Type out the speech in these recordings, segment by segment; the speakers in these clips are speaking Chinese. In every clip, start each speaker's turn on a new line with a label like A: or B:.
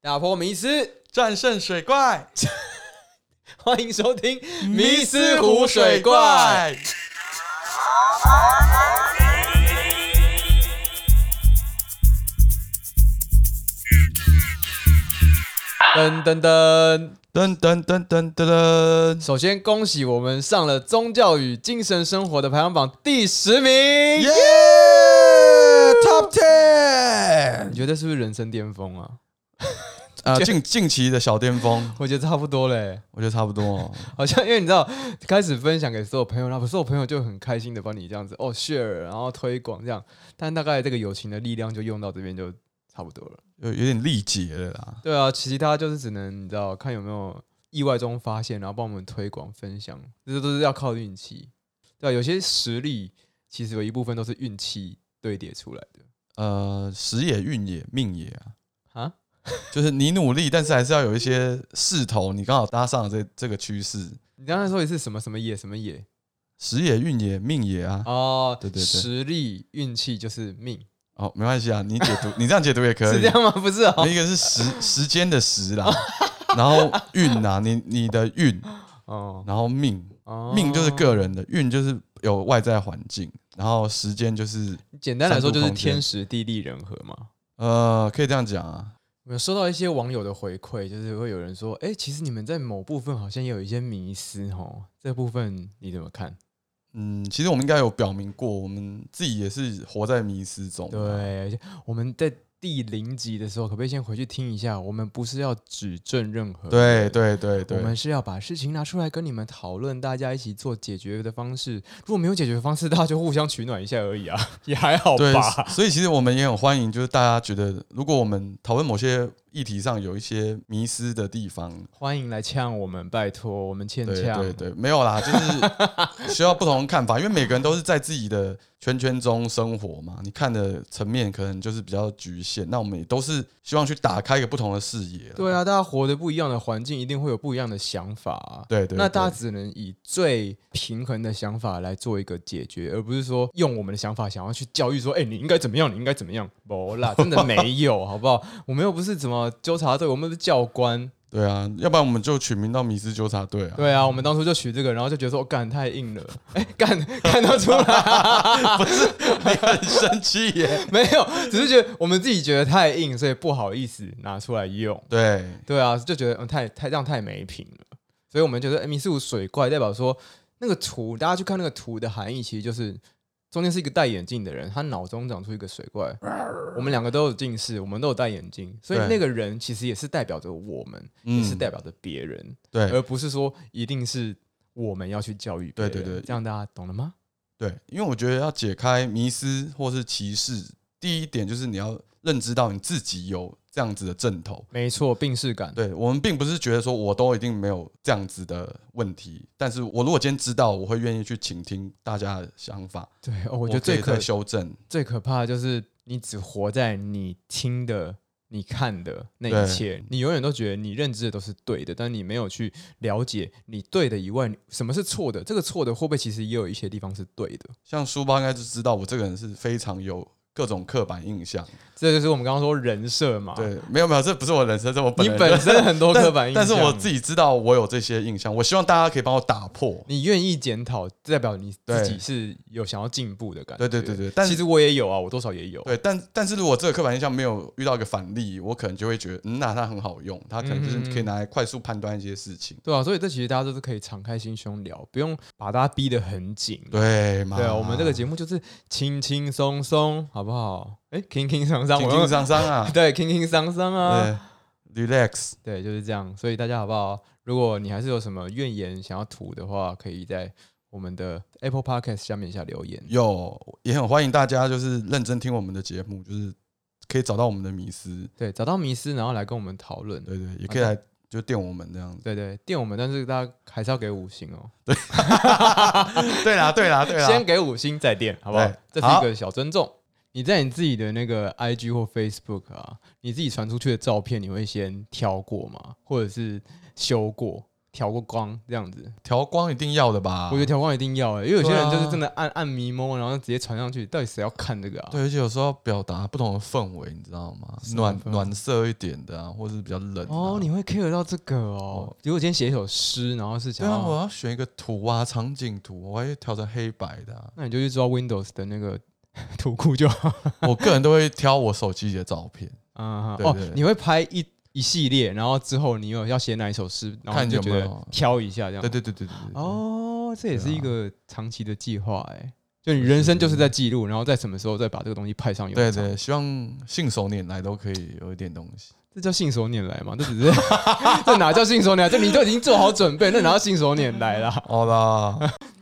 A: 打破迷思，
B: 战胜水怪，
A: 欢迎收听《
B: 迷
A: 迷
B: 失
A: 思
B: 湖
A: 湖
B: 水
A: 水
B: 怪
A: 怪》。。噔噔噔！
B: 噔噔噔噔噔噔！
A: 首先恭喜我们上了宗教与精神生活的排行榜第十名。
B: 耶！Top Ten！
A: 你觉得是不是人生巅峰啊？
B: 啊，近近期的小巅峰，
A: 我觉得差不多嘞，
B: 我觉得差不多哦。
A: 好像因为你知道，开始分享给所有朋友，那不是我朋友就很开心的帮你这样子哦 share，然后推广这样，但大概这个友情的力量就用到这边就差不多了。
B: 有有点力竭了啦。
A: 对啊，其他就是只能你知道看有没有意外中发现，然后帮我们推广分享，这都是要靠运气。对、啊，有些实力其实有一部分都是运气堆叠出来的
B: 呃，时也运也命也啊，
A: 啊。
B: 就是你努力，但是还是要有一些势头，你刚好搭上了这这个趋势。
A: 你刚才说的是什么什么野什么野
B: 时也运也命也啊。
A: 哦？
B: 对对对
A: 实力运气就是命，
B: 哦，没关系啊，你解读 你这样解读也可以。
A: 是这样吗？不是哦。
B: 一个是时时间的时啦，然后运啊，你你的运，
A: 哦
B: 然后命，
A: 哦
B: 命就是个人的，运就是有外在环境，然后时间就是
A: 简单来说就是
B: 三度空间
A: 天时地利人和嘛。
B: 呃，可以这样讲啊，
A: 我有收到一些网友的回馈，就是会有人说：“哎、其实你们在某部分好像也有一些迷思哦，这部分你怎么看？”
B: 嗯，其实我们应该有表明过，我们自己也是活在迷失中，，啊
A: 对，我们在第零集的时候，可不可以先回去听一下？我们不是要指正任何
B: 对
A: 人，
B: 对对对，
A: 我们是要把事情拿出来跟你们讨论，大家一起做解决的方式。如果没有解决方式，大家就互相取暖一下而已啊，也还好
B: 对，
A: 吧。
B: 所以其实我们也很欢迎，就是大家觉得，如果我们讨论某些议题上有一些迷失的地方，
A: 欢迎来呛我们，拜托，我们欠
B: 对
A: 呛。
B: 对对，没有啦，就是需要不同的看法，因为每个人都是在自己的圈圈中生活嘛，你看的层面可能就是比较局限。那我们也都是希望去打开一个不同的视野啦。
A: 对啊，大家活得不一样的环境，一定会有不一样的想法、啊。
B: 对对，
A: 那大
B: 对
A: 家只能以最平衡的想法来做一个解决，而不是说用我们的想法想要去教育说，哎、你应该怎么样，你应该怎么 样。不啦，真的没有，好不好？我们又不是怎么纠察队，我们又不是教 官。
B: 对啊，要不然我们就取名到迷失纠察队啊。
A: 对啊，我们当初就取这个，然后就觉得说，哦干、太硬了，哎、干干到出来，
B: 不是 你很生气耶？
A: 没有，只是觉得我们自己觉得太硬，所以不好意思拿出来用。
B: 对，
A: 对啊，就觉得嗯，太太这样太没品了，所以我们觉得欸米四五水怪代表说那个图，大家去看那个图的含义，其实就是中间是一个戴眼镜的人，他脑中长出一个水怪。我们两个都有近视，我们都有戴眼镜，所以
B: 对
A: 那个人其实也是代表着我们，也是
B: 嗯
A: 代表着别人，
B: 对
A: 而不是说一定是我们要去教育别
B: 对
A: 人。
B: 对对
A: 这样大家懂了吗？
B: 对，因为我觉得要解开迷失或是歧视，第一点就是你要认知到你自己有这样子的阵头。
A: 没错，病视感。
B: 对我们并不是觉得说我都一定没有这样子的问题，但是我如果今天知道，我会愿意去倾听大家的想法，
A: 对哦，
B: 我
A: 我觉得
B: 可以
A: 最可
B: 再修正。
A: 最可怕的就是你只活在你听的、你看的那一切，你永远都觉得你认知的都是对的，但你没有去了解你对的以外，你什么是错的？这个错的会不会其实也有一些地方是对的？
B: 像书包应该就知道我这个人是非常有各种刻板印象。
A: 这就是我们刚刚说人设嘛。，
B: 对，没有没有，这不是我人生，这是我本
A: 啊你
B: 人
A: 本 身很多
B: 但
A: 刻板印象，
B: 但是我自己知道我有这些印象，我希望大家可以帮我打破。
A: 你愿意检讨，代表你自
B: 对
A: 己是有想要进步的感觉。
B: 对对对对但
A: 其实我也有啊，我多少也有。
B: 对，但但是如果这个刻板印象没有遇到一个反例，我可能就会觉得，嗯，那它很好用，它可
A: 嗯
B: 能就是可以拿来快速判断一些事情。
A: 对啊，所以这其实大家都是可以敞开心胸聊，不用把大家逼得很紧。
B: 对嘛？
A: 对啊，我们这个节目就是轻轻松松，好不好？哎、轻轻松松，
B: 紧
A: 我
B: 紧
A: 用，
B: 张张 啊
A: 对，轻轻松松啊，
B: 对，relax，
A: 对，就是这样。所以大家好不好？如果你还是有什么怨言想要吐的话，可以在我们的 Apple Podcast 下面下留言。
B: 有也很欢迎大家就是认真听我们的节目，就是可以找到我们的迷思，
A: 对，找到迷失，然后来跟我们讨论。
B: 对对，也可以来就电我们这样子。
A: 对对，电我们，但是大家还是要给五星哦，
B: 对啦，对啦，对啊
A: 先，给五星再电，好不好
B: 对？
A: 这是
B: 好
A: 一个小尊重。你在你自己的那个 IG 或 Facebook 啊，你自己传出去的照片，你会先挑过吗？或者是修过？调过光这样子。
B: 调光一定要的吧？
A: 我觉得调光一定要、欸，因为有些人就
B: 对
A: 是
B: 啊
A: 真的按按迷蒙，然后直接传上去，到底谁要看这个啊？
B: 对，而且有时候要表达不同的氛围，你知道吗？
A: 什么
B: 暖
A: 氛围
B: 暖色一点的啊，或是比较冷、啊。
A: 哦，你会 care 到这个哦。如果今天写一首诗，然后是
B: 对
A: 想
B: 啊，我
A: 要，。
B: 要选一个图啊，场景图，我还挑成黑白的、啊
A: 那你就去抓 Windows 的那个 图库就好。
B: 我个人都会挑我手机里的照片，
A: 啊，
B: 对
A: 哦
B: 对，
A: 你会拍一一系列，然后之后你有要写哪一首诗，然后
B: 看
A: 你就
B: 有
A: 觉
B: 没有
A: 得挑一下这样。
B: 对对对对对对。对，
A: 哦，这也是
B: 对啊
A: 一个长期的计划哎，就你人生就是在记录，然后在什么时候再把这个东西派上用
B: 对
A: 场。
B: 对，希望信手拈来都可以有一点东西。
A: 这叫信手拈来嘛？这只是 这哪叫信手拈来？这你都已经做好准备，那哪叫信手拈来啦？
B: 好啦，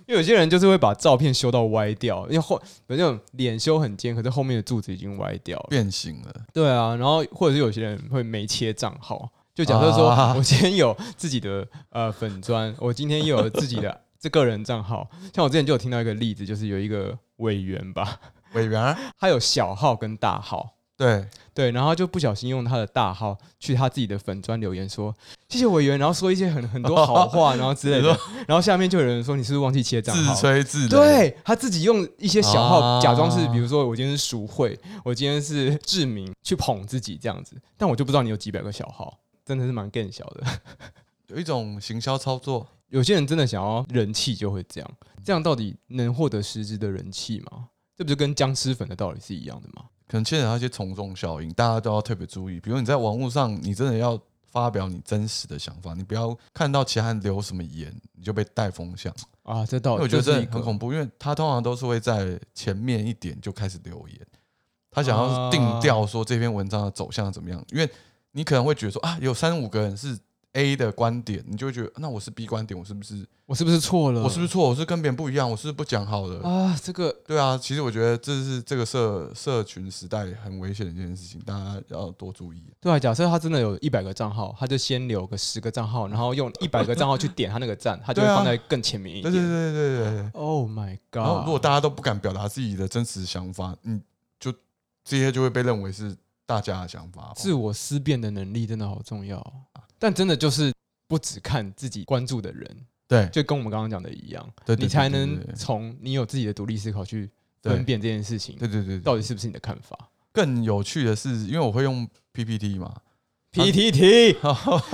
A: 因为有些人就是会把照片修到歪掉，因为后有那种脸修很尖，可是后面的柱子已经歪掉了。
B: 变形了，
A: 对啊，然后或者是有些人会没切账号，就假设说
B: 啊
A: 我今天有自己的呃粉砖， 我今天也有自己的 这个人账号。像我之前就有听到一个例子，就是有一个委员吧，
B: 委员儿
A: 他有小号跟大号。
B: 对，
A: 对，然后他就不小心用他的大号去他自己的粉砖留言说谢谢委员，然后说一些很很多好话，然后之 类的
B: 你，
A: 然后下面就有人说你是不是忘记切账
B: 自
A: 号？
B: 吹自擂。，
A: 对他自己用一些小号
B: 啊
A: 假装是，比如说我今天是淑慧，我今天是志明，去捧自己这样子，但我就不知道你有几百个小号，真的是蛮更小的。
B: 有一种行销操作，
A: 有些人真的想要人气就会这样，这样到底能获得实质的人气吗？这不就跟僵尸粉的道理是一样的吗？
B: 可能牵扯到一些从众效应，大家都要特别注意。比如你在网络上，你真的要发表你真实的想法，你不要看到其他人留什么言，你就被带风向。
A: 啊，这
B: 因
A: 道
B: 为
A: 理
B: 我觉得
A: 这是一
B: 这
A: 个
B: 很恐怖，因为他通常都是会在前面一点就开始留言，他想要定
A: 啊
B: 调说这篇文章的走向怎么样。因为你可能会觉得说啊，有三五个人是 A 的观点，你就会觉得那我是 B 观点，我是不是
A: 我是不是错了？
B: 我是不是错？我是跟别人不一样，我是不是不讲好的。
A: 啊？这个
B: 对啊，其实我觉得这是这个社社群时代很危险的一件事情，大家要多注意。
A: 对啊，假设他真的有一百个账号，他就先留个十个账号，然后用一百个账号去点他那个赞，他就会
B: 对啊
A: 放在更前面一
B: 对
A: 点。
B: 对对对对对。
A: Oh my
B: 然后如果
A: god！
B: 大家都不敢表达自己的真实想法，嗯，就这些就会被认为是大家的想法。
A: 自我思辨的能力真的好重要哦，但真的就是不只看自己关注的人，
B: 对，
A: 就跟我们刚刚讲的一样，
B: 对对
A: 你
B: 对
A: 才
B: 对对
A: 能
B: 对
A: 从你有自己的独立思考去
B: 对
A: 分辨这件事情
B: 对对对对，
A: 到底是不是你的看法。
B: 更有趣的是，因为我会用 PPT 嘛啊
A: PTT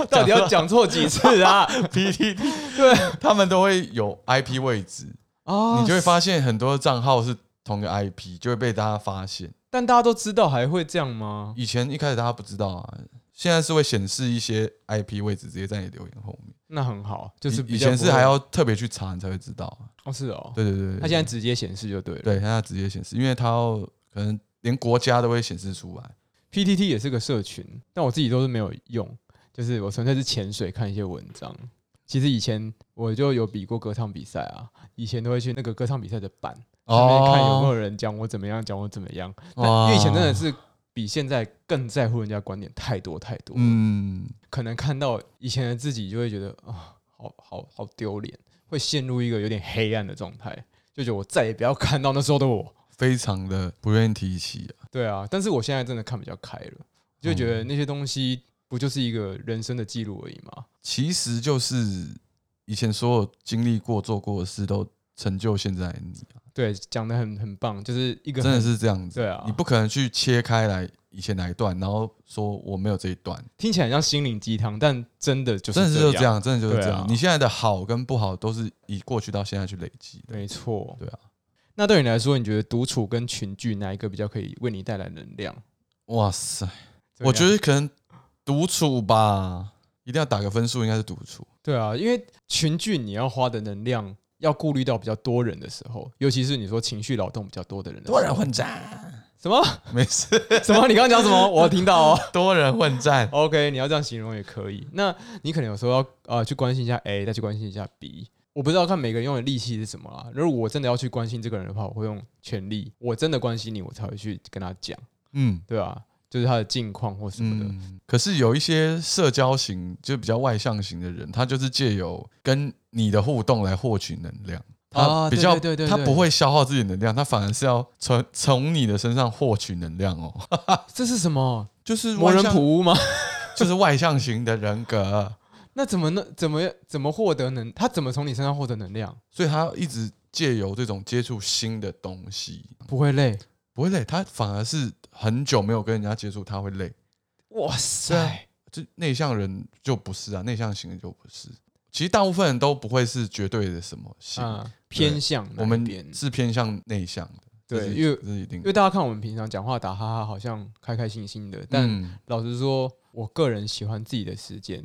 A: 到底要讲错几次啊？
B: ，PPT
A: 对
B: 他们都会有 IP 位置，
A: 啊，
B: 你就会发现很多账号是同个 IP，就会被大家发现。
A: 但大家都知道还会这样吗？
B: 以前一开始大家不知道啊，现在是会显示一些 IP 位置，直接在你留言后面。
A: 那很好，就是
B: 以
A: 比
B: 以
A: 较
B: 前
A: 不
B: 是
A: 会
B: 还要特别去查你才会知道啊。
A: 哦是哦，
B: 对对对对，
A: 他现在直接显示就对了。
B: 对现在直接显示，因为它要可能连国家都会显示出来。
A: PTT 也是个社群，但我自己都是没有用，就是我纯粹是潜水看一些文章。其实以前我就有比过歌唱比赛啊，以前都会去那个歌唱比赛的版
B: 哦
A: 上面看有没有人讲我怎么样，讲我怎么样。但因为以前真的
B: 是，
A: 是比现在更在乎人家观点太多太多，
B: 嗯，
A: 可能看到以前的自己就会觉得啊，好好好丢脸，会陷入一个有点黑暗的状态，就觉得我再也不要看到那时候的我。
B: 非常的不愿意提起啊。
A: 对啊，但是我现在真的看比较开了，就觉
B: 哦
A: 得那些东西不就是一个人生的记录而已嘛。
B: 其实就是以前所有经历过、做过的事，都成就现在的你啊、
A: 对，讲的很很棒，就是一个
B: 真
A: 很
B: 的是这样子。
A: 对啊
B: 你不可能去切开来以前哪一段，然后说我没有这一段，
A: 听起来很像心灵鸡汤，但真的就是
B: 真的是就这
A: 样，
B: 样，真的就是这
A: 对
B: 样。
A: 啊
B: 你现在的好跟不好，都是以过去到现在去累积的。
A: 没错。
B: 对啊，
A: 那对你来说，你觉得独处跟群聚哪一个比较可以为你带来能量？
B: 哇塞，
A: 怎么样
B: 我觉得可能独处吧，一定要打个分数，应该是独处。
A: 对啊，因为群聚你要花的能量要顾虑到比较多人的时候，尤其是你说情绪劳动比较多的人的时候，
B: 混战，
A: 什么
B: 没事，
A: 什么？你刚刚讲什么？我听到哦。
B: 多人混 战。
A: OK，你要这样形容也可以。那你可能有时候要呃去关心一下 A，再去关心一下 B。我不知道看每个人用的力气是什么啦。如果我真的要去关心这个人的话，我会用全力。我真的关心你，我才会去跟他讲，
B: 嗯
A: 对吧、就是他的近况或什么的。
B: 嗯，可是有一些社交型就比较外向型的人，他就是借由跟你的互动来获取能量。他
A: 啊
B: 比较，
A: 对对对对
B: 他
A: 对
B: 不会消耗自己的能量，他反而是要从从你的身上获取能量哦。
A: 这是什么？
B: 就是
A: 魔
B: 外
A: 人
B: 向
A: 普，乌吗？
B: 就是外向型的人格。
A: 那怎么能怎么怎么获得能？他怎么从你身上获得能量？
B: 所以他一直借由这种接触新的东西，
A: 不会累？
B: 不会累，他反而是很久没有跟人家接触，他会累。
A: 哇塞！
B: 就内向人就不是啊，内向型的就不是。其实大部分人都不会是绝对的什么型，
A: 嗯，偏向
B: 我
A: 哪一
B: 们
A: 边
B: 是偏向内向的。
A: 对
B: 这是
A: 因为
B: 这是一定
A: 因
B: 的。
A: 为大家看我们平常讲话打哈哈，好像开开心心的，但
B: 嗯
A: 老实说，我个人喜欢自己的时间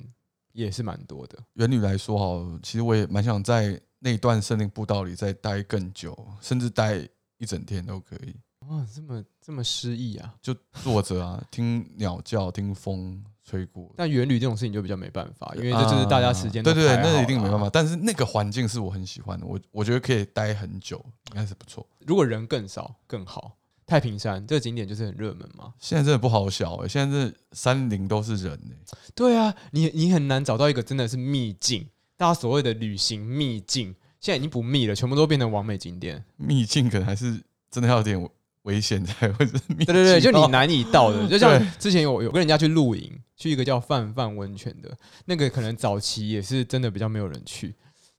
A: 也是蛮多的。
B: 原理来说哈，其实我也蛮想在那段森林步道里再待更久，甚至待一整天都可以，
A: 哇，这么这么诗意啊！
B: 就坐着啊，听鸟叫，听风吹过。
A: 但元旅这种事情就比较没办法，因为这就是大家时间、
B: 啊对对对，那一定没办法。。但是那个环境是我很喜欢的，我我觉得可以待很久，应该是不错。
A: 如果人更少更好。太平山这个景点就是很热门嘛。
B: 现在真的不好小哎、现在这山林都是人哎、
A: 对啊，你你很难找到一个真的是秘境，大家所谓的旅行秘境，现在已经不密了，全部都变成完美景点。
B: 秘境可能还是真的要有点危险才会是秘境。哦
A: 对对对，就你
B: 拿
A: 难以到的，就像
B: 对
A: 之前有有跟人家去露营，去一个叫范范温泉的，那个可能早期也是真的比较没有人去，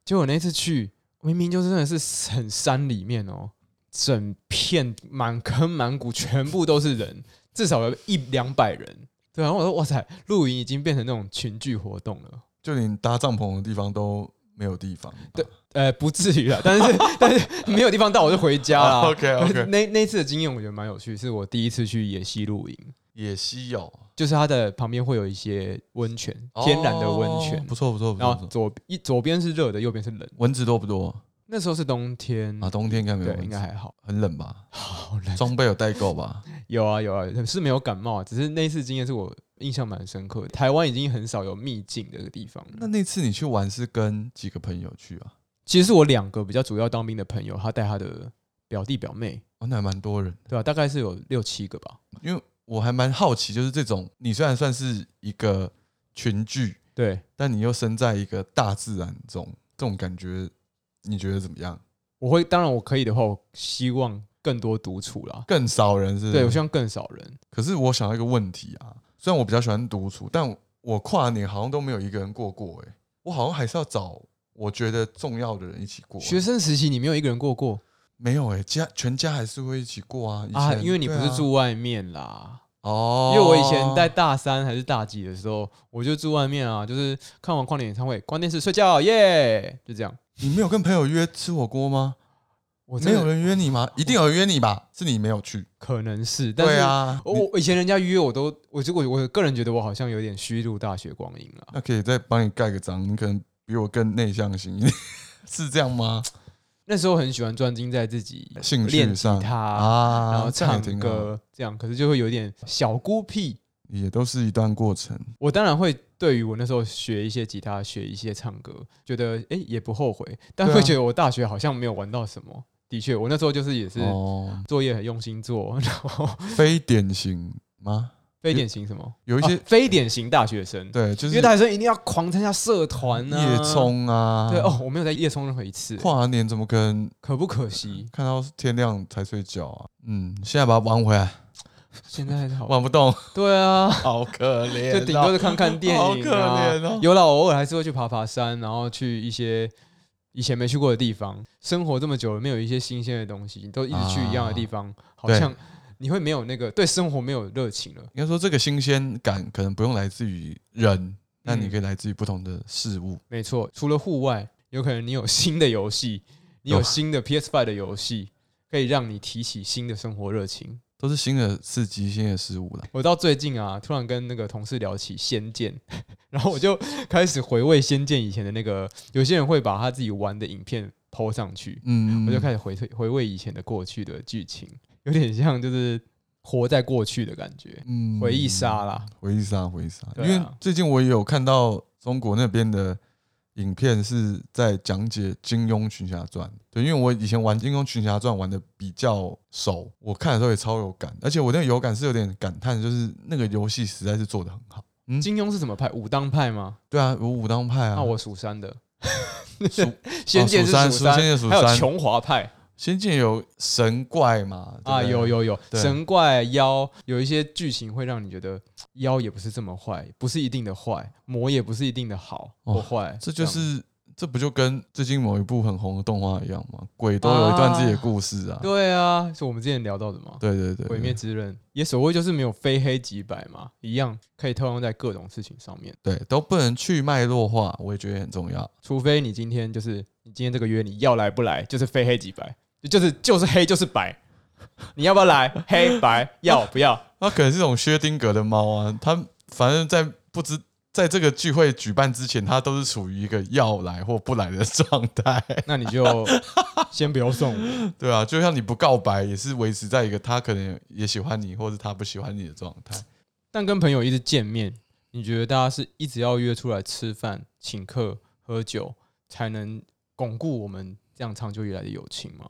A: 结果那次去，明明就真的是很山里面哦，整片满坑满谷全部都是人，至少有一两百人。对啊，然后我说哇塞，露营已经变成那种群聚活动了，
B: 就连搭帐篷的地方都没有地方。
A: 对呃，不至于了，但是但是没有地方到我就回家啦。
B: OK OK，
A: 那那次的经验我觉得蛮有趣，是我第一次去野溪露营。
B: 野溪哦有
A: 就是它的旁边会有一些温泉，天然的温泉
B: 哦。不错不错不
A: 然
B: 错。不
A: 后
B: 错
A: 左一左边是热的，右边是冷。
B: 蚊子多不多
A: 那时候是冬天
B: 啊？冬天应该没有
A: 对
B: 蚊，子，
A: 应该还好。
B: 很冷吧？
A: 好冷，
B: 装备有带够吧？
A: 有啊有啊，是没有感冒啊，只是那一次经验是我印象蛮深刻的。台湾已经很少有秘境的地方
B: 那
A: 了。
B: 那次你去玩是跟几个朋友去啊？
A: 其实是我两个比较主要当兵的朋友，他带他的表弟表妹，
B: 哦，那还蛮多人，
A: 对吧、大概是有六七个吧。
B: 因为我还蛮好奇，就是这种你虽然算是一个群聚，
A: 对，
B: 但你又身在一个大自然中，这种感觉你觉得怎么样？
A: 我会，当然我可以的话，我希望更多独处啦。
B: 更少人是不是
A: 对，我希望更少人。
B: 可是我想到一个问题啊，虽然我比较喜欢独处，但我跨年好像都没有一个人过过、欸，我好像还是要找我觉得重要的人一起过、
A: 学生时期你没有一个人过过，
B: 没有哎、家全家还是会一起过啊。以前
A: 啊，因为你不
B: 对
A: 是
B: 啊
A: 住外面啦。
B: 哦，
A: 因为我以前在大三还是大几的时候，我就住外面啊，就是看完跨年演唱会，关电视睡觉，耶、就这样。
B: 你没有跟朋友约吃火锅吗？
A: 我
B: 没
A: 真的
B: 有人约你吗？一定有人约你吧？是你没有去。
A: 可能是，但是哦
B: 对啊，
A: 我，
B: 你
A: 我以前人家约我都，我结果我个人觉得我好像有点虚度大学光阴了。
B: 那可以再帮你盖个章，你可能比我更内向型一点， 是这样吗？
A: 那时候很喜欢专精在自己
B: 兴趣
A: 练吉
B: 上
A: 他，
B: 啊，
A: 然后
B: 这样也
A: 唱
B: 挺好，
A: 歌这样，可是就会有点小孤僻。
B: 也都是一段过程。
A: 我当然会对于我那时候学一些吉他、学一些唱歌，觉得诶也不后悔，但
B: 对啊
A: 会觉得我大学好像没有玩到什么。的确，我那时候就是也是
B: 哦，
A: 作业很用心做， 然后
B: 非典型吗？
A: 非典型什么
B: 有一些、
A: 啊非典型大学生，
B: 对，就
A: 因
B: 是
A: 为大学生一定要狂参加社团啊，
B: 夜，冲啊，
A: 对哦，，我没有在夜冲任何一次，
B: 跨年怎么可能
A: 可不可惜？
B: 看到天亮才睡觉啊？嗯，现在把它玩回来，
A: 现在还是好，
B: 玩不动，
A: 对啊，
B: 好可怜哦
A: 就顶多是看看电
B: 好
A: 影
B: 可
A: 啊，
B: 怜哦。
A: 有了，偶尔还是会去爬爬山，然后去一些以前没去过的地方。生活这么久了，没有一些新鲜的东西，都一直去一样的地方，好像你会没有那个对生活没有热情了。
B: 应该说这个新鲜感可能不用来自于人，但你
A: 嗯
B: 可以来自于不同的事物。
A: 没错，除了户外，有可能你有新的游戏，你有
B: 有
A: 新的 PS Five 的游戏，可以让你提起新的生活热情。
B: 都是新的刺激、新的事物了。
A: 我到最近啊，突然跟那个同事聊起《仙剑》， 然后我就开始回味《仙剑》以前的那个，有些人会把他自己玩的影片 PO 上去，
B: 嗯，
A: 我就开始回退回味以前的过去的剧情，有点像就是活在过去的感觉，
B: 嗯
A: 回忆杀啦。
B: 回忆杀，回忆杀。因
A: 对啊
B: 为最近我也有看到中国那边的影片是在讲解《金庸群侠传》，对，因为我以前玩《金庸群侠传》玩的比较熟，我看的时候也超有感，而且我那个有感是有点感叹，就是那个游戏实在是做的很好。嗯
A: 金庸是什么派？武当派吗？
B: 对啊，有武当派啊，
A: 那我蜀山的，
B: 蜀 啊
A: 仙剑是
B: 蜀山蜀
A: 山，
B: 仙是蜀
A: 还有
B: 山
A: 琼华派，
B: 仙剑有神怪嘛？对不
A: 啊，
B: 对
A: 有有有
B: 对
A: 神怪妖，有一些剧情会让你觉得妖也不是这么坏，不是一定的坏，魔也不是一定的好
B: 哦
A: 或坏，
B: 这就
A: 样
B: 是这不就跟最近某一部很红的动画一样吗？鬼都有一段自己的故事啊。
A: 对啊，是我们之前聊到的嘛。
B: 对对对，
A: 毁灭之刃也所谓就是没有非黑即白嘛，一样可以套用在各种事情上面，
B: 对都不能去脉络化，我也觉得很重要。
A: 除非你今天就是你今天这个约你要来不来，就是非黑即白，就是就是黑就是白，你要不要来 黑白要不要？
B: 那可能是种薛丁格的猫啊，它反正在不知在这个聚会举办之前，它都是处于一个要来或不来的 状态，
A: 那你就先不要送我，
B: 对啊，就像你不告白，也是维持在一个他可能也喜欢你，或者他不喜欢你的状态。
A: 但跟朋友一直见面，你觉得大家是一直要约出来吃饭、请客、喝酒，才能巩固我们这样长久以来的友情吗？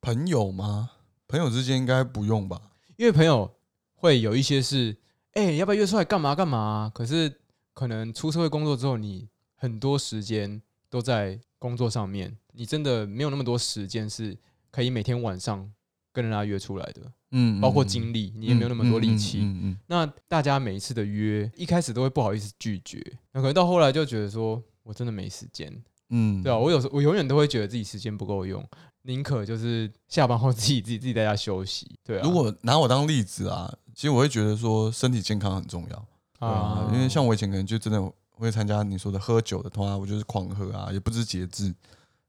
B: 朋友吗？朋友之间应该不用吧？
A: 因为朋友会有一些是，哎、要不要约出来干嘛干嘛啊、可是可能出社会工作之后，你很多时间都在工作上面，你真的没有那么多时间是可以每天晚上跟人家约出来的，
B: 嗯，
A: 包括
B: 嗯
A: 精力，你也没有那么多力气。
B: 嗯嗯嗯嗯嗯
A: 那大家每一次的约，一开始都会不好意思拒绝，那可能到后来就觉得说我真的没时间，
B: 嗯，
A: 对啊，我有时候我永远都会觉得自己时间不够用，宁可就是下班后自己自己自己在家休息。对啊，
B: 如果拿我当例子啊，其实我会觉得说身体健康很重要啊，因为像我以前可能就真的会参加你说的喝酒的通啊，我就是狂喝啊，也不知节制，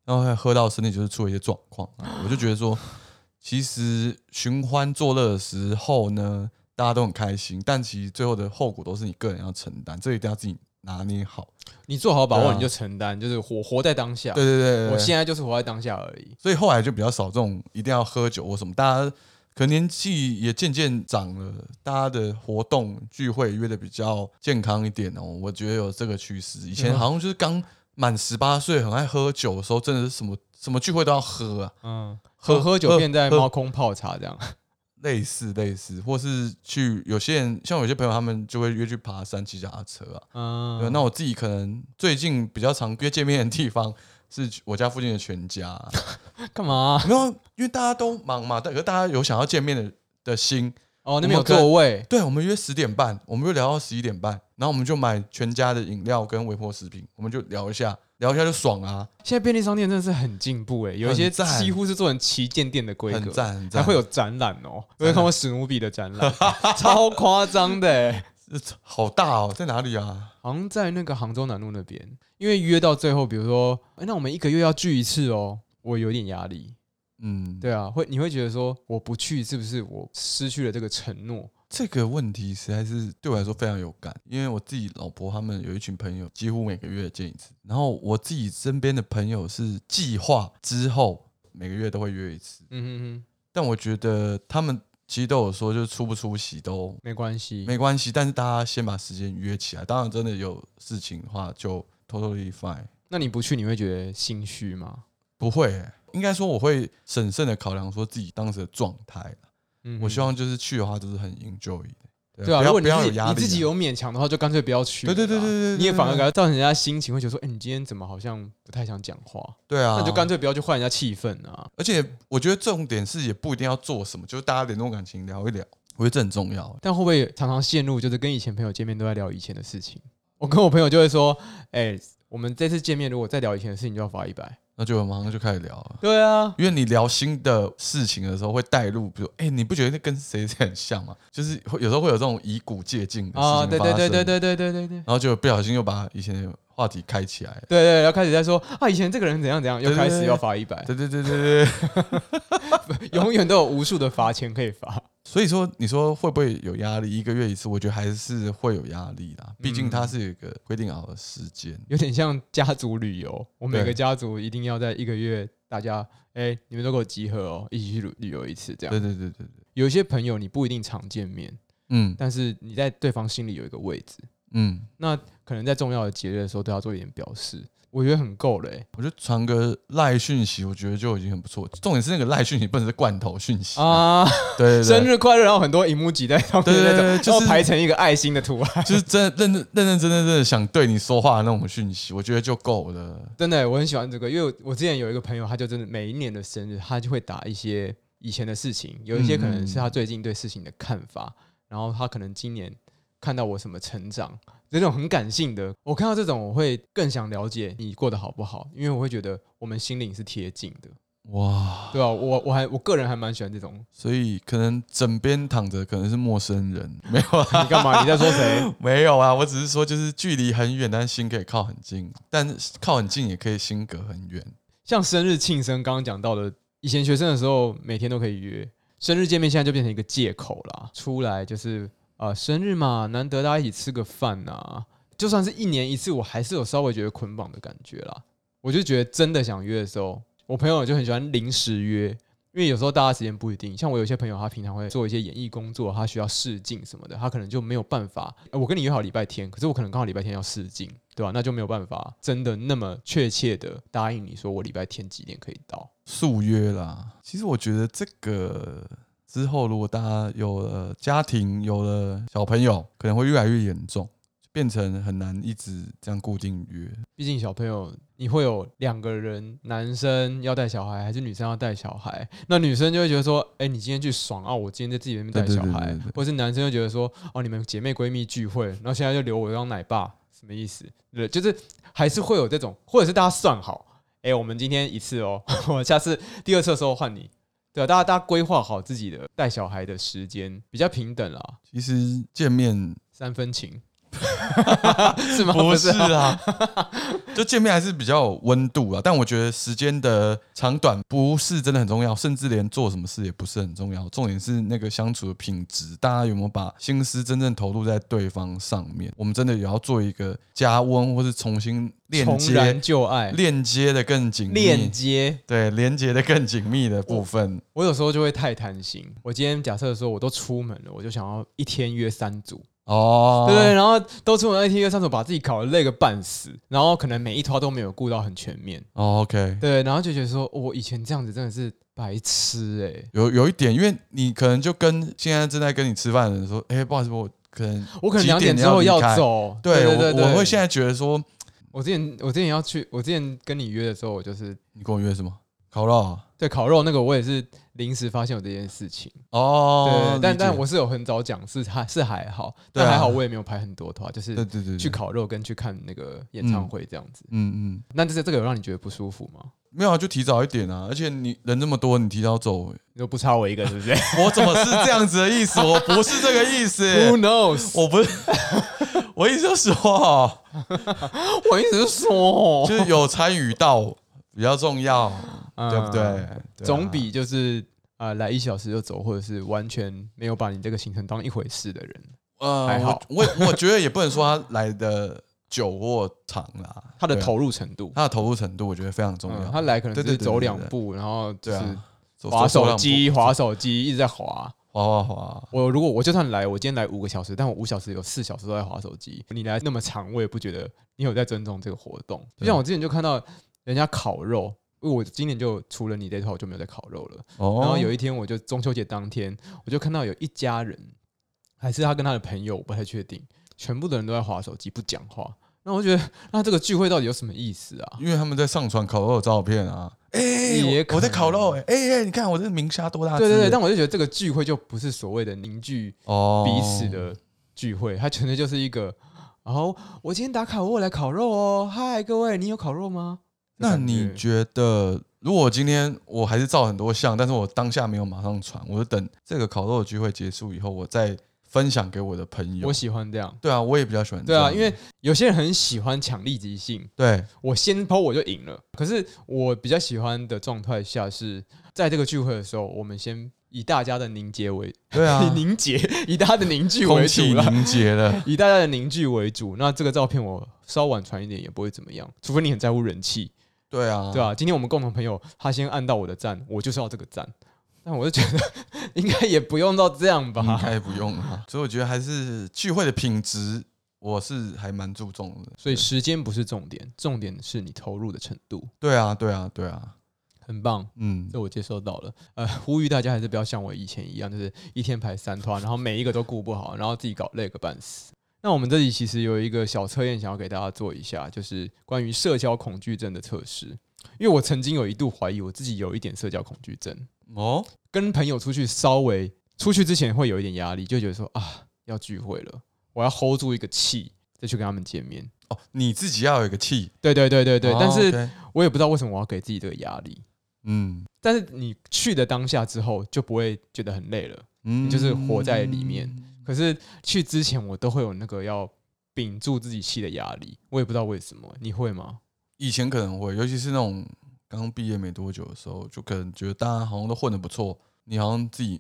B: 然后还喝到身体就是出了一些状况、啊，我就觉得说，其实寻欢作乐的时候呢，大家都很开心，但其实最后的后果都是你个人要承担，这一定要自己拿捏好。
A: 你做好把
B: 对
A: 握，
B: 啊
A: 你就承担，就是活活在当下。
B: 对对对对对
A: 我现在就是活在当下而已。
B: 所以后来就比较少这种一定要喝酒或什么，大家可能年纪也渐渐长了，大家的活动聚会约的比较健康一点哦。我觉得有这个趋势，以前
A: 嗯
B: 好像就是刚满十八岁很爱喝酒的时候，真的是什么什么聚会都要喝啊，
A: 嗯，喝喝酒变在猫空泡茶这样。
B: 类似类似，或是去有些人像有些朋友他们就会约去爬山、骑脚踏车啊。对，
A: 嗯，
B: 那我自己可能最近比较常约见面的地方是我家附近的全家啊、
A: 干嘛？
B: 没有，啊因为大家都忙嘛，但可是大家有想要见面的的心。
A: 哦，那边有座位。
B: 对，我们约十点半，我们就聊到十一点半，然后我们就买全家的饮料跟微波食品，我们就聊一下，聊一下就爽啊，
A: 现在便利商店真的是很进步诶，有一些
B: 很赞
A: 几乎是做成旗舰店的规
B: 很
A: 格，
B: 赞很
A: 还
B: 赞。
A: 会有展览哦。有没有看过史努比的展览？超夸张的诶，
B: 好大哦，在哪里啊？
A: 好像在那个杭州南路那边，因为约到最后，比如说，哎那我们一个月要聚一次哦，我有点压力。
B: 嗯，
A: 对啊，会你会觉得说我不去是不是我失去了这个承诺？
B: 这个问题实在是对我来说非常有感，因为我自己老婆他们有一群朋友，几乎每个月见一次，然后我自己身边的朋友是计划之后每个月都会约一次，
A: 嗯哼哼，
B: 但我觉得他们其实都有说，就是出不出席都
A: 没关系，
B: 没关系，但是大家先把时间约起来。当然，真的有事情的话就 totally fine。
A: 那你不去，你会觉得心虚吗？
B: 不会欸、应该说我会审慎的考量说自己当时的状态啦
A: 嗯
B: 我希望就是去的话，就是很 enjoy 的，
A: 对啊，
B: 不
A: 如
B: 要
A: 果
B: 不
A: 你
B: 要
A: 自
B: 有
A: 己
B: 压力啊。
A: 你自己有勉强的话，就干脆不要去了
B: 对
A: 啦。
B: 对对对对，
A: 你也反而给
B: 对
A: 他造成人家心情会觉得说，哎、你今天怎么好像不太想讲话？
B: 对啊，
A: 那你就干。脆不要去换人家气氛啊。
B: 而且我觉得重点是也不一定要做什么，就是大家联络感情聊一聊，我觉得这很重要欸。
A: 但会不会常常陷入就是跟以前朋友见面都在聊以前的事情？我跟我朋友就会说，哎、我们这次见面如果再聊以前的事情，就要罚一百。
B: 那就马上就开始聊了。
A: 对啊，
B: 因为你聊新的事情的时候会带入，比如哎、你不觉得跟谁谁很像吗？就是会有时候会有这种以古借今的事情
A: 啊，对对
B: 发
A: 对
B: 生
A: 对对对对对对。
B: 然后就不小心又把以前的话题开起来。
A: 对对，然后开始在说啊，以前这个人怎样怎样，又
B: 对对
A: 开
B: 对
A: 始要罚一 百，
B: 对对对对对，
A: 永远都有无数的罚钱可以罚。
B: 所以说你说会不会有压力？一个月一次，我觉得还是会有压力啦。毕竟它是有一个规定好的时间。
A: 有点像家族旅游，我每
B: 对
A: 个家族一定要在一个月，大家哎、你们都给我集合哦，一起去旅旅游一次。这
B: 对
A: 样，
B: 对对对对，
A: 有一些朋友你不一定常见面，
B: 嗯
A: 但是你在对方心里有一个位置，
B: 嗯，
A: 那可能在重要的节日的时候都要做一点表示。我觉得很够了、欸。
B: 我觉得传个赖讯息，我觉得就已经很不错。重点是那个赖讯息不能是罐头讯息啊，
A: 啊，
B: 对对
A: 生
B: 对，
A: 日快乐，然后很多荧幕挤在上面
B: 对对
A: 那种，
B: 对
A: 然
B: 就是
A: 后排成一个爱心的图案。
B: 就是真的认认认认真真的想对你说话的那种讯息，我觉得就够了。
A: 真的欸、我很喜欢这个，因为我我之前有一个朋友，他就真的每一年的生日，他就会打一些以前的事情，有一些可能是他最近对事情的看法，然后他可能今年看到我什么成长，这种很感性的。我看到这种，我会更想了解你过得好不好，因为我会觉得我们心灵是贴近的，
B: 哇，
A: 对吧、我我还我个人还蛮喜欢这种。
B: 所以可能枕边躺着可能是陌生人，没有啊，
A: 你干嘛？你在说谁？
B: 没有啊，我只是说就是距离很远，但是心可以靠很近，但是靠很近也可以心隔很远。
A: 像生日庆生，刚刚讲到的，以前学生的时候每天都可以约，生日见面现在就变成一个借口啦。出来就是呃，生日嘛，难得大家一起吃个饭呐、就算是一年一次，我还是有稍微觉得捆绑的感觉啦。我就觉得真的想约的时候，我朋友就很喜欢临时约，因为有时候大家时间不一定。像我有些朋友，他平常会做一些演艺工作，他需要试镜什么的，他可能就没有办法。呃我跟你约好礼拜天，可是我可能刚好礼拜天要试镜，对吧、那就没有办法真的那么确切的答应你说我礼拜天几点可以到。
B: 速约啦。其实我觉得这个之后，如果大家有了家庭，有了小朋友，可能会越来越严重，变成很难一直这样固定约。
A: 毕竟小朋友，你会有两个人，男生要带小孩，还是女生要带小孩？那女生就会觉得说，哎、你今天去爽啊，我今天在自己那边带小孩，
B: 对对对对对
A: 或是男生就觉得说，哦，你们姐妹闺蜜聚会，然后现在就留我当奶爸，什么意思？对，就是还是会有这种，或者是大家算好，哎、我们今天一次哦， 我下次第二次的时候换你，对啊，大家大家规划好自己的带小孩的时间，比较平等啦，
B: 其实见面
A: 三分情， 是 吗？
B: 不是
A: 啊
B: 啊，就见面还是比较有温度啊。但我觉得时间的长短不是真的很重要，甚至连做什么事也不是很重要。重点是那个相处的品质，大家有没有把心思真正投入在对方上面？我们真的也要做一个加温，或是重新链
A: 重燃
B: 接、
A: 旧爱，
B: 链接的更紧
A: 链
B: 密，
A: 接。
B: 对，连接的更紧密的部分。
A: 我有时候就会太贪心。我今天假设说我都出门了，我就想要一天约三组，
B: 哦，
A: 对不对？然后都出门了一天约三组，把自己搞得累个半死，然后可能每一套都没有顾到很全面，
B: 哦，OK，
A: 对，然后就觉得说、哦我以前这样子真的是白痴哎、欸，
B: 有有一点，因为你可能就跟现在正在跟你吃饭的人说，哎、不好意思，我可能
A: 我可能
B: 几
A: 两点
B: 点
A: 之后
B: 要
A: 要
B: 离开
A: 走，
B: 对
A: 对对对，
B: 我我会现在觉得说，
A: 我之前我之前要去，我之前跟你约的时候，我就是
B: 你跟我约什么烤肉啊
A: 对烤肉那个，我也是临时发现有这件事情。
B: 哦
A: 对，，但
B: 理解
A: 但我是有很早讲，是还是还好，
B: 对啊
A: 但还好我也没有排很多团，就是
B: 对对对对
A: 去烤肉跟去看那个演唱会这样子。
B: 嗯嗯，
A: 那这这个有让你觉得不舒服吗？
B: 没有啊，就提早一点啊，而且你人这么多，你提早走，欸
A: 你说不差我一个是不是
B: 我怎么是这样子的意思？我不是这个意
A: ？Who
B: 思，欸
A: knows？
B: 我不是， 我意思就是说哦，
A: 我一直说哦，
B: 就是有参与到比较重要，
A: 嗯
B: 对不对？对啊
A: 总比就是呃来一小时就走，或者是完全没有把你这个行程当一回事的人，
B: 呃，
A: 还好
B: 我我我觉得也不能说他来的久或长啦，
A: 他的
B: 对啊
A: 投入程度，
B: 他的投入程度，我觉得非常重
A: 嗯
B: 要。
A: 他来可能
B: 对
A: 只
B: 对
A: 是
B: 对
A: 走
B: 对
A: 两
B: 对
A: 步，然后就
B: 对
A: 是
B: 啊，走
A: 划
B: 走
A: 手
B: 两
A: 机，
B: 步
A: 划手机，一直在划。
B: 滑滑滑，
A: 我如果我就算来，我今天来五个小时，但我五小时有四小时都在划手机。你来那么长，我也不觉得你有在尊重这个活动。就
B: 对
A: 像我之前就看到人家烤肉，因为我今年就除了你这一套，我就没有在烤肉了。
B: 哦，
A: 然后有一天，我就中秋节当天，我就看到有一家人，还是他跟他的朋友，我不太确定，全部的人都在划手机不讲话。那我就觉得，那这个聚会到底有什么意思啊？
B: 因为他们在上传烤肉的照片啊，哎、
A: 也
B: 我
A: 可能
B: 我在烤肉、欸，哎、哎、你看我这明虾多大只、
A: 对对对，但我就觉得这个聚会就不是所谓的凝聚
B: 哦，
A: 彼此的聚会，它纯粹就是一个。然后我今天打卡，我有来烤肉哦，嗨各位，你有烤肉吗？
B: 那
A: 感
B: 你
A: 觉
B: 觉得，如果今天我还是照很多相，但是我当下没有马上传，我就等这个烤肉的聚会结束以后，我再分享给我的朋友
A: 我。喜欢这样，
B: 对啊，我也比较喜欢这
A: 对
B: 样。
A: 啊，因为有些人很喜欢抢立即性，
B: 对
A: 我先抛我就赢了。可是我比较喜欢的状态下是在这个聚会的时候，我们先以大家的凝结为、
B: 对啊，
A: 凝结，以大家的凝聚为
B: 空气
A: 主啦，
B: 凝 结了。
A: 以大家的凝聚为主。那这个照片我稍晚传一点也不会怎么样，除非你很在乎人气。
B: 对啊，
A: 对啊，今天我们共同朋友他先按到我的赞，我就是要这个赞。但我就觉得 应该也不用到这样吧
B: 应。该不用啊。所以我觉得还是聚会的品质我是还蛮注重的。
A: 所以时间不是重点，重点是你投入的程度。
B: 对啊，对啊，对啊，
A: 很棒，
B: 嗯，
A: 这我接收到了。呃，呼吁大家还是不要像我以前一样，就是一天排三团，然后每一个都顾不好，然后自己搞累个半死。那我们这里其实有一个小测验，想要给大家做一下，就是关于社交恐惧症的测试。因为我曾经有一度怀疑我自己有一点社交恐惧症，
B: 哦，
A: 跟朋友出去稍微出去之前会有一点压力，就觉得说啊要聚会了，我要 hold 住一个气再去跟他们见面。
B: 哦，你自己要有一个气，
A: 对对对对对，
B: 哦
A: 但是
B: OK
A: 我也不知道为什么我要给自己这个压力。
B: 嗯
A: 但是你去的当下之后就不会觉得很累了，
B: 嗯，
A: 就是活在里面可是去之前我都会有那个要屏住自己气的压力，我也不知道为什么。你会吗？
B: 以前可能会，尤其是那种刚毕业没多久的时候，就可能觉得大家好像都混得不错，你好像自己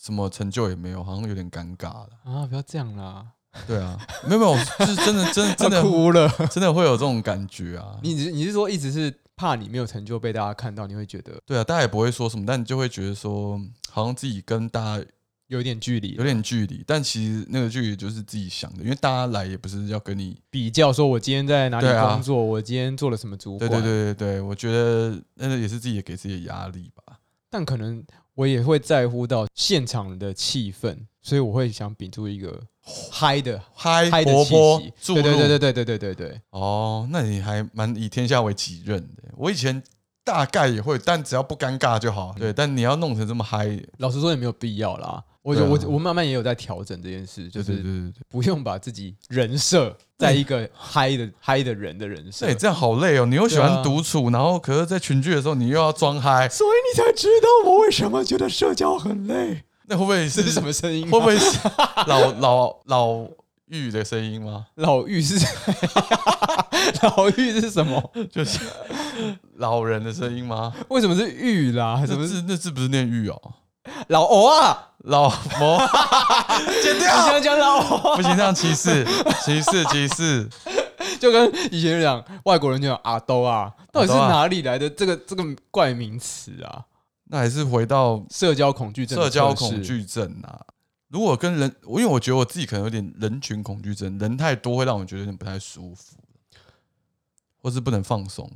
B: 什么成就也没有，好像有点尴尬了。
A: 啊，不要这样啦，
B: 对啊，没有没有，就是真的真的 真
A: 要
B: 的
A: 哭了。
B: 真的会有这种感觉啊。
A: 你只是你是说一直是怕你没有成就被大家看到，你会觉得
B: 对啊，大家也不会说什么，但你就会觉得说好像自己跟大家
A: 有点距离
B: 有，点距离，但其实那个距离就是自己想的，因为大家来也不是要跟你
A: 比较说我今天在哪里
B: 对啊
A: 工作，我今天做了什么主
B: 对
A: 管，
B: 对对对对，我觉得那个也是自己给自己的压力吧。
A: 但可能我也会在乎到现场的气氛，所以我会想屏住一个嗨的
B: 嗨
A: 嗨的
B: 活
A: 气
B: 泼
A: 息，
B: 注
A: 对
B: 入，
A: 对对对对对对对对。
B: 哦，那你还蛮以天下为己任的。我以前大概也会，但只要不尴尬就好。
A: 嗯
B: 对，但你要弄成这么嗨，
A: 老实说也没有必要啦。我觉
B: 对
A: 得
B: 啊
A: 我、我慢慢也有在调整这件事，就
B: 对对对
A: 是
B: 对对，
A: 不用把自己人设在一 个嗨的嗨的人的人设
B: 那，你这样好累哦。你又喜欢
A: 啊对啊
B: 独处，然后可是在群聚的时候你又要装嗨，
A: 所以你才知道我为什么觉得社交很累。
B: 那会不会
A: 这
B: 是
A: 是什么声音、啊？
B: 会不会是 老老老玉的声音吗？
A: 老妪是 老妪是什么？
B: 就是老人的声音吗？
A: 为什么是妪啦？什
B: 那
A: 么是
B: 字那字不是念玉哦，
A: 老偶啊？
B: 老 魔，剪
A: 你
B: 掉，
A: 想讲老偶，
B: 不行，这样歧视，歧视，歧视。
A: 就跟以前讲外国人就讲阿兜啊，到底是
B: 阿兜啊
A: 哪里来的这个这个怪名词啊？
B: 那还是回到
A: 社交恐惧症的
B: 社
A: 测试，
B: 交恐惧症啊。如果跟人，因为我觉得我自己可能有点人群恐惧症，人太多会让我觉得有点不太舒服，或是不能放松。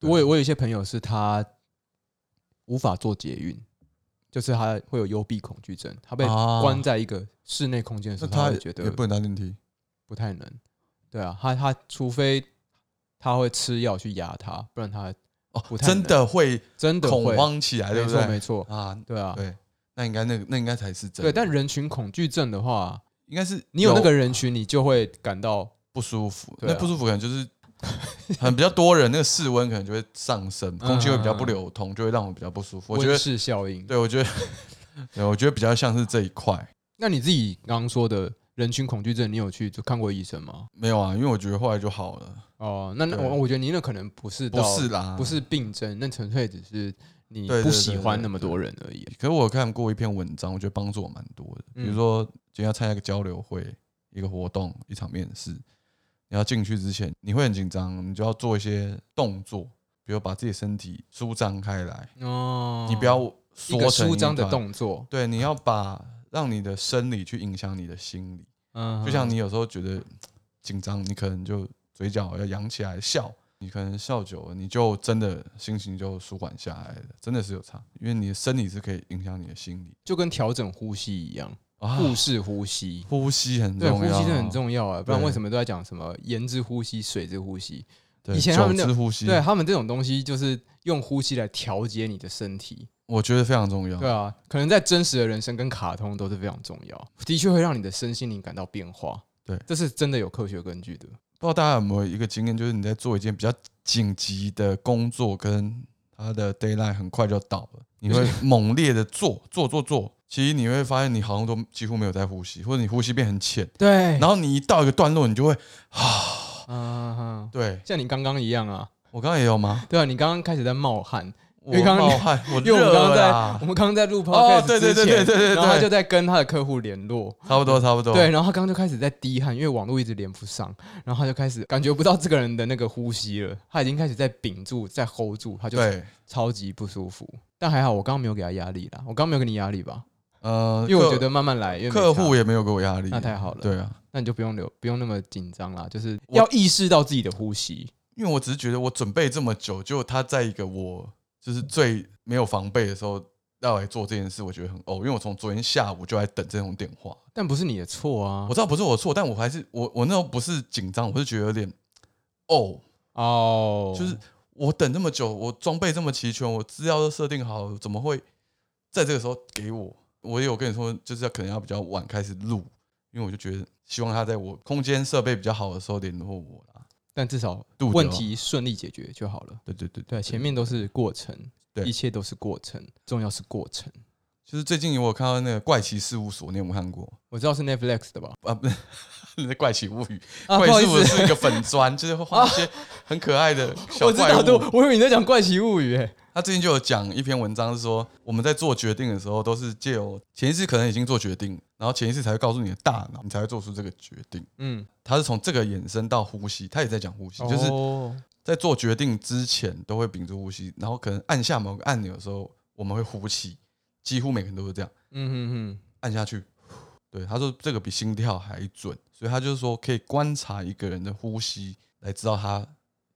B: 对
A: 我有我有一些朋友是他无法做捷运，就是他会有幽闭恐惧症，他被
B: 啊
A: 关在一个室内空间的时
B: 那
A: 候，他
B: 他
A: 会觉
B: 也
A: 得
B: 不能搭电梯，
A: 不太能。对啊，他他除非他会吃药去压他，不然他
B: 哦
A: 不，太能
B: 真的会
A: 真的
B: 恐
A: 会。
B: 慌起来，对
A: 没
B: 不
A: 错
B: 对？
A: 没错，
B: 啊，
A: 对啊，
B: 对，那应该那个那应该才是真
A: 对。
B: 的。
A: 但人群恐惧症的话，
B: 应该是
A: 你有那个人群，你就会感到
B: 不舒服，
A: 对啊
B: 那不舒服可能就是 很比较多人，那个室温可能就会上
A: 嗯
B: 升，空气会比较不流通，就会让我比较不舒服。我觉
A: 温
B: 得，
A: 室效应。
B: 对我觉得， 对我觉得比较像是这一块。
A: 那你自己刚刚说的人群恐惧症，你有去就看过医生吗？
B: 没有啊，因为我觉得后来就好了，
A: 哦，那那
B: 对
A: 我我觉得你那可能不是
B: 不
A: 到
B: 是啦，
A: 不。是病症，那纯粹只是你
B: 对
A: 不
B: 对对
A: 喜欢
B: 对
A: 那么
B: 对
A: 多人而已。
B: 可是我看过一篇文章，我觉得帮助我蛮多的。比
A: 嗯
B: 如说，今天要参加一个交流会、一个活动、一场面试，你要进去之前，你会很紧张，你就要做一些动作，比如把自己的身体舒张开来，
A: 哦
B: 你不要
A: 一
B: 缩
A: 个
B: 成
A: 舒张的
B: 团
A: 动作，
B: 对，你要把让你的生理去影响你的心理，
A: 嗯，
B: 就像你有时候觉得紧张，你可能就嘴角要扬起来笑，你可能笑久了，你就真的心情就舒缓下来了，真的是有差，因为你的生理是可以影响你的心理
A: 就跟调整呼吸一样，
B: 啊。
A: 腹式呼吸。
B: 呼吸很重
A: 对，
B: 要，
A: 呼吸真的很重要啊，不然
B: 对
A: 为什么都在讲什么盐之呼吸、水之呼吸？
B: 对。
A: 以前他们
B: 九
A: 那
B: 支呼吸，
A: 对他们这种东西，就是用呼吸来调节你的身体。
B: 我觉得非常重要。
A: 对啊，可能在真实的人生跟卡通都是非常重要，的确会让你的身心灵感到变化。
B: 对
A: 这是真的有科学根据的。
B: 不知道大家有没有一个经验，就是你在做一件比较紧急的工作，跟它的 d a y l i n e 很快就到了，你会猛烈的做做做做，其实你会发现你好像都几乎没有在呼吸，或者你呼吸变很浅，
A: 对，然
B: 然后你一到一个段落，你就会，
A: 嗯哼，
B: 对
A: 像你刚刚一样啊，
B: 我刚刚也有吗？
A: 对啊，你刚刚开始在冒汗，
B: 我
A: 因为刚刚
B: 冒汗，我
A: 因为我们刚
B: 热
A: 刚
B: 了
A: 在
B: 啦
A: 我，们刚刚在录 p o
B: 哦
A: d c
B: 对对对对对对对
A: 然后他就在跟他的客户联络，
B: 差不多差不多，
A: 对，然后他刚刚就开始在滴汗，因为网络一直连不上，然后他就开始感觉不到这个人的那个呼吸了，他已经开始在屏住，在 hold 住，他就
B: 对，
A: 超级不舒服。但还好我刚刚没有给他压力啦，我刚刚没有给你压力吧？
B: 呃，
A: 因为我
B: 客
A: 觉得慢慢来，因为没
B: 客
A: 差
B: 户也没有给我压力，
A: 那太好了
B: 对啊，
A: 那你就不用留，不用那么紧张啦，就是
B: 我
A: 要意识到自己的呼吸。
B: 因为我只是觉得我准备这么久，就他在一个我就是最没有防备的时候要来做这件事，我觉得很哦，因为我从昨天下午就在等这种电话，
A: 但不是你的错啊
B: 我！知道不是我错，但我还是我我那时候不是紧张，我是觉得有点哦，
A: 哦，
B: 就是我等这么久，我装备这么齐全，我资料都设定好，怎么会在这个时候给我？我也有跟你说，就是要可能要比较晚开始录，因为我就觉得希望他在我空间设备比较好的时候联络我啦。
A: 但至少
B: 度
A: 问
B: 的哦
A: 题顺利解决就好了。
B: 对对对
A: 对，啊前面都是过程，
B: 对
A: 一切都是过程，重要是过程。
B: 就是最近我有看到那个怪奇事务所，你有没有看过？
A: 我知道是 Netflix 的吧？
B: 啊，不是，那怪奇物语，
A: 啊，
B: 怪
A: 不好
B: 奇
A: 意
B: 事务
A: 思，
B: 是一个粉砖，就是会画一些很可爱的小
A: 我知
B: 怪
A: 道，对
B: 物。
A: 我以为你在讲《怪奇物语》欸。
B: 他最近就有讲一篇文章，是说我们在做决定的时候，都是借由潜意识可能已经做决定，然后潜意识才会告诉你的大脑，你才会做出这个决定。
A: 嗯，
B: 他是从这个衍生到呼吸，他也在讲呼吸，就是
A: 哦
B: 在做决定之前都会屏住呼吸，然后可能按下某个按钮的时候，我们会呼气，几乎每个人都是这样。
A: 嗯嗯
B: 按下去。对，他说这个比心跳还准，所以他就是说可以观察一个人的呼吸，来知道他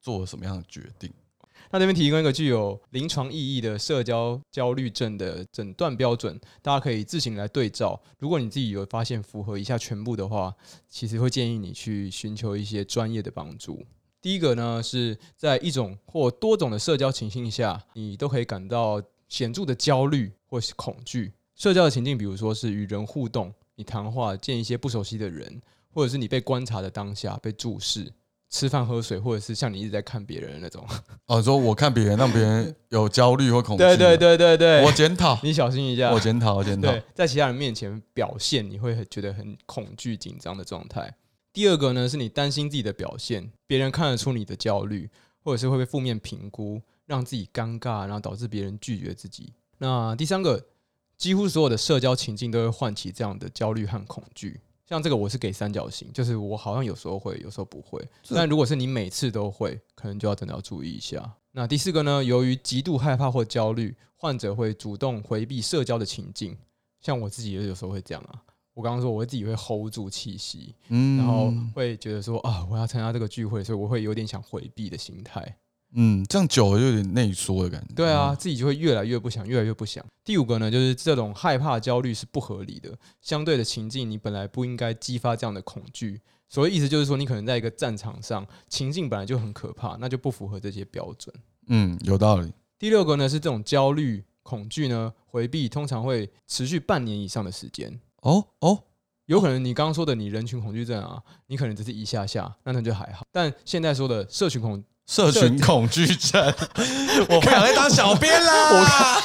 B: 做了什么样的决定。
A: 嗯，那这边提供一个具有临床意义的社交焦虑症的诊断标准，大家可以自行来对照。如果你自己有发现符合以下全部的话，其实会建议你去寻求一些专业的帮助。第一个呢，是在一种或多种的社交情境下，你都可以感到显著的焦虑或是恐惧。社交的情境，比如说是与人互动、你谈话、见一些不熟悉的人，或者是你被观察的当下被注视、吃饭喝水，或者是像你一直在看别人的那种。
B: 哦，说我看别人，让别人有焦虑或恐惧。
A: 对对，对对对，
B: 我检讨，
A: 你小心一下
B: 我。检讨，我检讨。
A: 对，在其他人面前表现，你会很觉得很恐惧、紧张的状态。第二个呢，是你担心自己的表现，别人看得出你的焦虑，或者是会被负面评估，让自己尴尬，然后导致别人拒绝自己。那第三个，几乎所有的社交情境都会唤起这样的焦虑和恐惧。像这个，我是给三角形，就是我好像有时候会，有时候不会。
B: 这
A: 但如果是你每次都会，可能就要真的要注意一下。那第四个呢？由于极度害怕或焦虑，患者会主动回避社交的情境。像我自己也有时候会这样啊。我刚刚说我自己会 hold 住气息，
B: 嗯
A: 然后会觉得说啊，我要参加这个聚会，所以我会有点想回避的心态。
B: 嗯，这样久了就有点内缩的感觉。
A: 对啊，，自己就会越来越不想，越来越不想。第五个呢，就是这种害怕、焦虑是不合理的，相对的情境你本来不应该激发这样的恐惧。所以意思就是说，你可能在一个战场上，情境本来就很可怕，那就不符合这些标准。
B: 嗯，有道理。
A: 第六个呢是这种焦虑、恐惧呢，回避通常会持续半年以上的时间。
B: 哦哦，
A: 有可能你刚刚说的你人群恐惧症啊，你可能只是一下下，那那就还好。但现在说的社群恐，
B: 社群恐惧症，我不想再当小编 啦，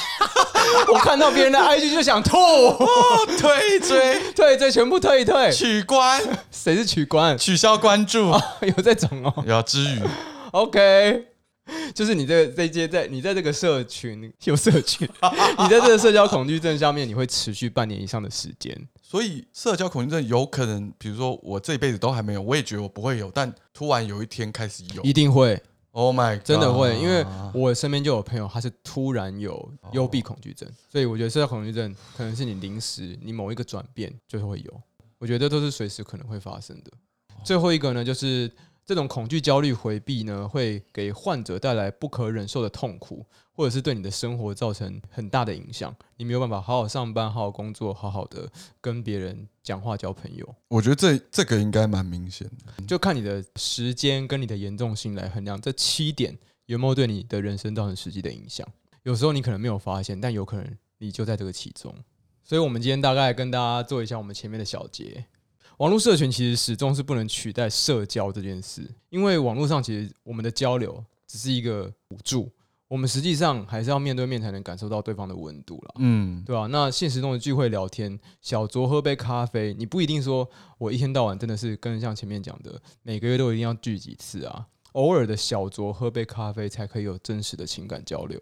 A: 我看到别人的 IG 就想吐，
B: 我推追
A: 退这全部退一退，
B: 取 关，
A: 谁是取关？
B: 取消关注，
A: 有这种哦
B: 有啊之余。
A: ，OK。就是 你这个这一阶在你在这个社群有社群， 你在这个社交恐惧症下面，你会持续半年以上的时间。
B: 所以社交恐惧症有可能，比如说我这一辈子都还没有，我也觉得我不会有，但突然有一天开始有
A: 一定会，
B: ，Oh my，God
A: 真的会，因为我身边就有朋友，他是突然有幽闭恐惧症，所以我觉得社交恐惧症可能是你临时你某一个转变就会有，我觉得都是随时可能会发生的。最后一个呢，就是这种恐惧、焦虑、回避呢，会给患者带来不可忍受的痛苦，或者是对你的生活造成很大的影响，你没有办法好好上班、好好工作、好好的跟别人讲话、交朋友，
B: 我觉得这这个应该蛮明显的。
A: 就看你的时间跟你的严重性来衡量这七点有没有对你的人生造成实际的影响。有时候你可能没有发现，但有可能你就在这个其中。所以，我们今天大概跟大家做一下我们前面的小结。网络社群其实始终是不能取代社交这件事，因为网络上其实我们的交流只是一个辅助，我们实际上还是要面对面才能感受到对方的温度啦。
B: 嗯，
A: 对啊，那现实中的聚会聊天，小酌喝杯咖啡，你不一定说我一天到晚真的是跟像前面讲的，每个月都一定要聚几次啊，偶尔的小酌喝杯咖啡，才可以有真实的情感交流。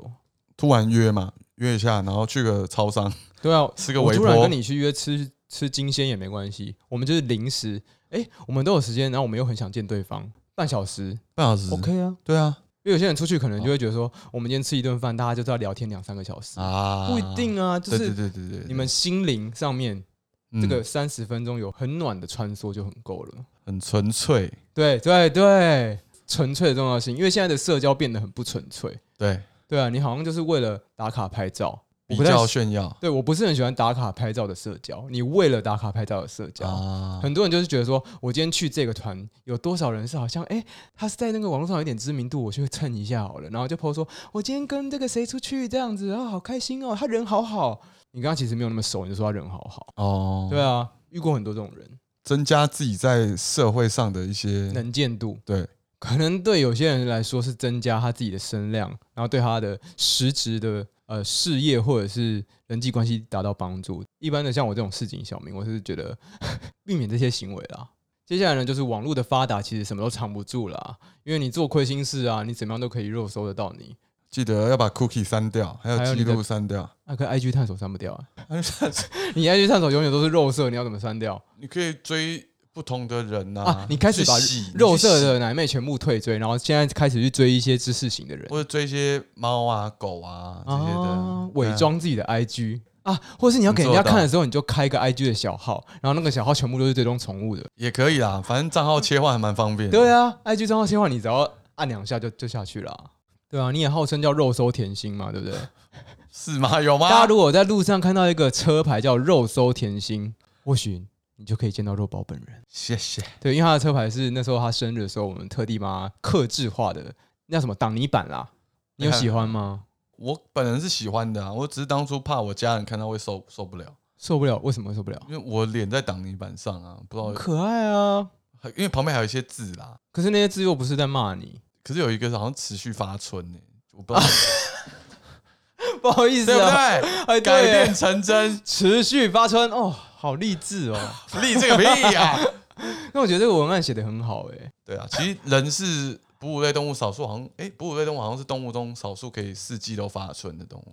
B: 突然约嘛，约一下，然后去个超商
A: 对啊，
B: 吃个
A: 我
B: 微
A: 突然
B: 波
A: 跟，你去约吃吃金鲜也没关系，我们就是临时，哎、我们都有时间，然后我们又很想见对方，半小时
B: 半小时
A: ，OK 啊，
B: 对啊，
A: 因为有些人出去可能就会觉得说，我们今天吃一顿饭，大家就是要聊天两三个小时，
B: 啊，
A: 不一定啊，就
B: 对。对
A: 是
B: 对对对对，
A: 你们心灵上面
B: 嗯
A: 这个三十分钟有很暖的穿梭就很够了。
B: 很纯粹，
A: 对对对，纯粹的重要性，因为现在的社交变得很不纯粹。
B: 对，
A: 对啊，你好像就是为了打卡拍照，我
B: 比
A: 不太
B: 较炫耀
A: 对我不是很喜欢打卡拍照的社交，你为了打卡拍照的社交。
B: 啊，
A: 很多人就是觉得说，我今天去这个团，有多少人是好像哎、诶他是在那个网络上有点知名度，我去蹭一下好了，然后就 PO 说，我今天跟这个谁出去这样子，啊，好开心哦，他人好好。你跟他其实没有那么熟，你就说他人好好，
B: 哦，
A: 对啊，遇过很多这种人，
B: 增加自己在社会上的一些
A: 能见度
B: 对，
A: 可能对有些人来说是增加他自己的声量，然后对他的实质的呃事业或者是人际关系达到帮助。一般的像我这种市井小民，我是觉得 避免这些行为啦。接下来呢，就是网络的发达，其实什么都藏不住啦，因为你做亏心事啊，你怎么样都可以肉搜得到你。
B: 记得要把 cookie 删掉，还
A: 还有
B: 有记
A: 你的
B: 录删掉。
A: 那、跟 IG 探索删不掉 啊，你 IG 探索永远都是肉色，你要怎么删掉
B: 你可以追不同的人呐、
A: 啊？你开始
B: 去
A: 把
B: 洗
A: 肉色，
B: 你去
A: 的奶妹全部退追，然后现在开始去追一些知识型的人
B: 洗。或者追一些猫啊、狗啊这些
A: 啊
B: 的，
A: 伪装自己的 IG 啊，或是你要给人家看的时候，你就开一个 IG 的小号，然后那个小号全部都是追踪宠物的。
B: 也可以啦，反正账号切换还蛮方便。
A: 对
B: 啊，
A: 啊，IG 账号切换，你只要按两下就就下去了啊。对啊，你也号称叫肉搜甜心嘛，对不对？
B: 是吗？有吗？
A: 大家如果在路上看到一个车牌叫肉搜甜心，或许你就可以见到肉包本人。
B: 谢谢。
A: 对，因为他的车牌是那时候他生日的时候，我们特地帮他刻制化的，那叫什么挡泥板啦。你有喜欢吗？
B: 我本人是喜欢的、啊，我只是当初怕我家人看到会受受不了，
A: 受不了，为什么会受不了？
B: 因为我脸在挡泥板上啊，不知道
A: 好，可爱啊！
B: 还因为旁边还有一些字啦，
A: 可是那些字又不是在骂你，
B: 可是有一个好像持续发春呢、我不知道
A: 不好意思
B: 对不
A: 啊，
B: 对？
A: 哎，
B: 改
A: 对
B: 变成真，
A: 持续发春哦，好励志哦。
B: 立这个屁啊！
A: 那我觉得这个文案写的很好哎、
B: 对啊，其实人是哺乳类动物少数，好像哎、哺乳类动物好像是动物中少数可以四季都发春的动物，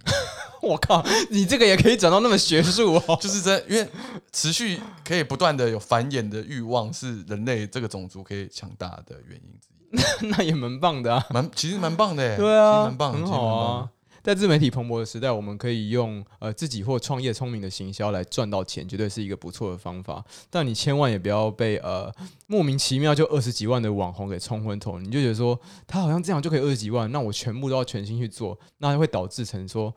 A: 我靠，你这个也可以转到那么学术哦。
B: 就是在因为持续可以不断的有繁衍的欲望，是人类这个种族可以强大的原因之一，
A: 那也蛮棒的啊。
B: 蛮其实蛮棒的、欸，
A: 对啊，
B: 其实蛮棒的，
A: 很
B: 其实
A: 好
B: 蛮棒的
A: 啊。。在自媒体蓬勃的时代，我们可以用呃自己或创业聪明的行销来赚到钱，绝对是一个不错的方法。但你千万也不要被呃莫名其妙就二十几万的网红给冲昏头，你就觉得说他好像这样就可以二十几万，那我全部都要全心去做，那会导致成说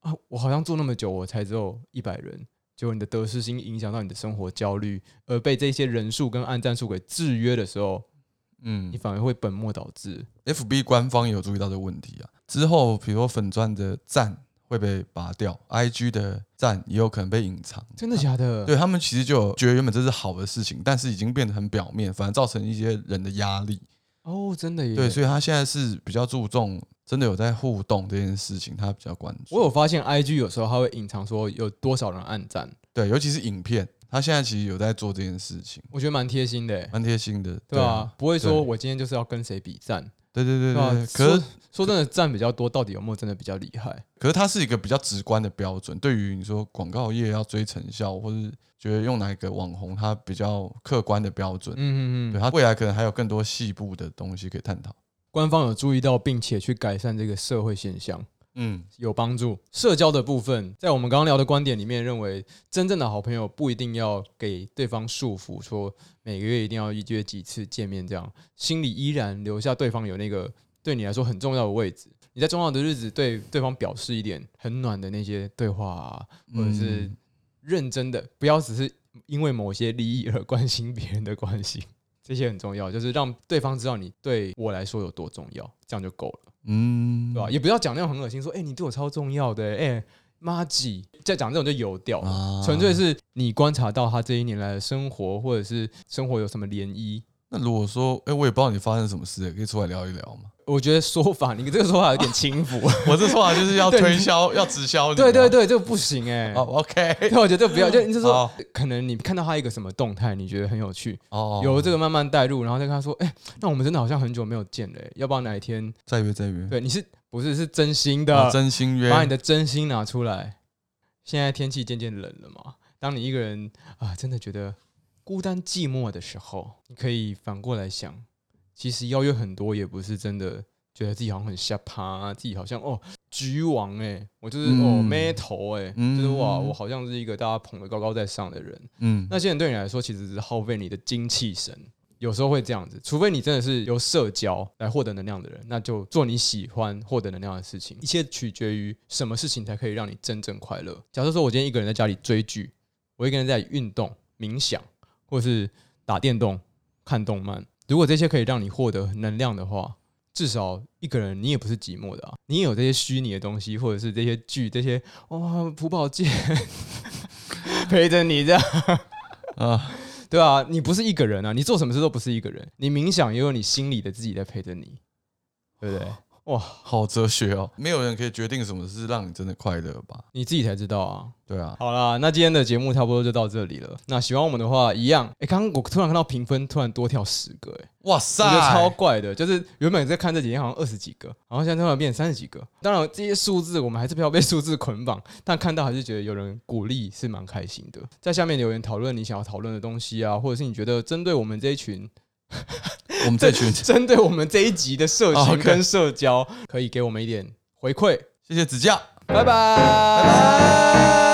A: 啊，我好像做那么久，我才只有一百人。结果你的得失心影响到你的生活焦虑，而被这些人数跟按赞数给制约的时候，
B: 嗯
A: 你反而会本末倒置。
B: ，FB 官方也有注意到这个问题啊。之后，比如说粉钻的赞会被拔掉，IG 的赞也有可能被隐藏。
A: 真的假的？
B: 对他们其实就有觉得原本这是好的事情，但是已经变得很表面，反而造成一些人的压力。
A: 哦，真的耶。
B: 对，所以他现在是比较注重真的有在互动这件事情，他比较关注。
A: 我有发现，IG 有时候它会隐藏说有多少人按赞，
B: 对，尤其是影片，他现在其实有在做这件事情，
A: 我觉得蛮贴心的、欸，
B: 蛮贴心的。
A: 对啊，，不会说
B: 对
A: 我今天就是要跟谁比赞，
B: 对对对
A: 对啊
B: 对。可是
A: 说说真的，赞比较多，到底有没有真的比较厉害？
B: 可是它是一个比较直观的标准，对于你说广告业要追成效，或是觉得用哪一个网红，它比较客观的标准。
A: 嗯嗯
B: 对
A: 嗯。
B: 它未来可能还有更多细部的东西可以探讨。
A: 官方有注意到，并且去改善这个社会现象，
B: 嗯，
A: 有帮助。社交的部分，在我们刚刚聊的观点里面，认为真正的好朋友不一定要给对方束缚，说每个月一定要约几次见面，这样心里依然留下对方有那个对你来说很重要的位置。你在重要的日子对对方表示一点很暖的那些对话、啊，或者是
B: 嗯
A: 认真的，不要只是因为某些利益而关心别人的关心，这些很重要，就是让对方知道你对我来说有多重要，这样就够了。
B: 嗯，
A: 对吧、啊也不要讲那种很恶心，说哎、欸你对我超重要的、欸，哎、妈几，再讲这种就油掉了
B: 啊
A: 纯粹是你观察到他这一年来的生活，或者是生活有什么涟漪。
B: 那如果说，哎、我也不知道你发生什么事，可以出来聊一聊 吗？
A: 我觉得说法，你这个说法有点轻浮。
B: 我这
A: 啊
B: 说法就是要
A: 对你
B: 推 销，要直销你 啊。
A: 对对对，这个不行哎、
B: 哦，OK，哦
A: 对，我觉得不要，就你是说
B: 好，
A: 可能你看到他一个什么动态，你觉得很有趣，
B: 哦，
A: 由这个慢慢带入，然后再跟他说，哎、那我们真的好像很久没有见了、欸要不然哪一天，
B: 再约再约，
A: 对，你是不是是真心
B: 哦
A: 的？
B: 真心约，
A: 啊把你的真心拿出来。现在天气渐渐冷了嘛，当你一个人啊，真的觉得孤单寂寞的时候，你可以反过来想，其实邀约很多也不是真的觉得自己好像很下趴、自己好像哦局王哎、我就是、
B: 嗯
A: 哦妹头哎、
B: 嗯
A: 就是哇，我好像是一个大家捧得高高在上的人。
B: 嗯，
A: 那些人对你来说其实只是耗费你的精气神，有时候会这样子，除非你真的是由社交来获得能量的人，那就做你喜欢获得能量的事情。一切取决于什么事情才可以让你真正快乐。假设说我今天一个人在家里追剧，我一个人在运动、冥想，或是打电动、看动漫，如果这些可以让你获得能量的话。至少一个人，你也不是寂寞的啊，你也有这些虚拟的东西，或者是这些剧，这些哇，朴宝剑 陪着你这样。
B: 啊，
A: 对啊，你不是一个人啊，你做什么事都不是一个人，你冥想也有你心里的自己在陪着你，对不对？哇，
B: 好哲学哦，没有人可以决定什么是让你真的快乐吧？
A: 你自己才知道啊。
B: 对啊，
A: 好啦，那今天的节目差不多就到这里了。那喜欢我们的话，一样。哎、刚刚我突然看到评分突然多跳十个、诶
B: 哇
A: 我
B: 塞
A: 觉，得超怪的。就是原本在看这几天好像二十几个，然后现在突然变三十几个。当然，这些数字我们还是不要被数字捆绑， 但看到还是觉得有人鼓励是蛮开心的。在下面留言讨论你想要讨论的东西啊，或者是你觉得针对我们这一群
B: 我们这 群，
A: 针对我们这一集的社
B: 哦
A: 群
B: ，OK
A: 跟社交，可以给我们一点回馈。
B: 谢谢指教，
A: 拜拜，拜
B: 拜。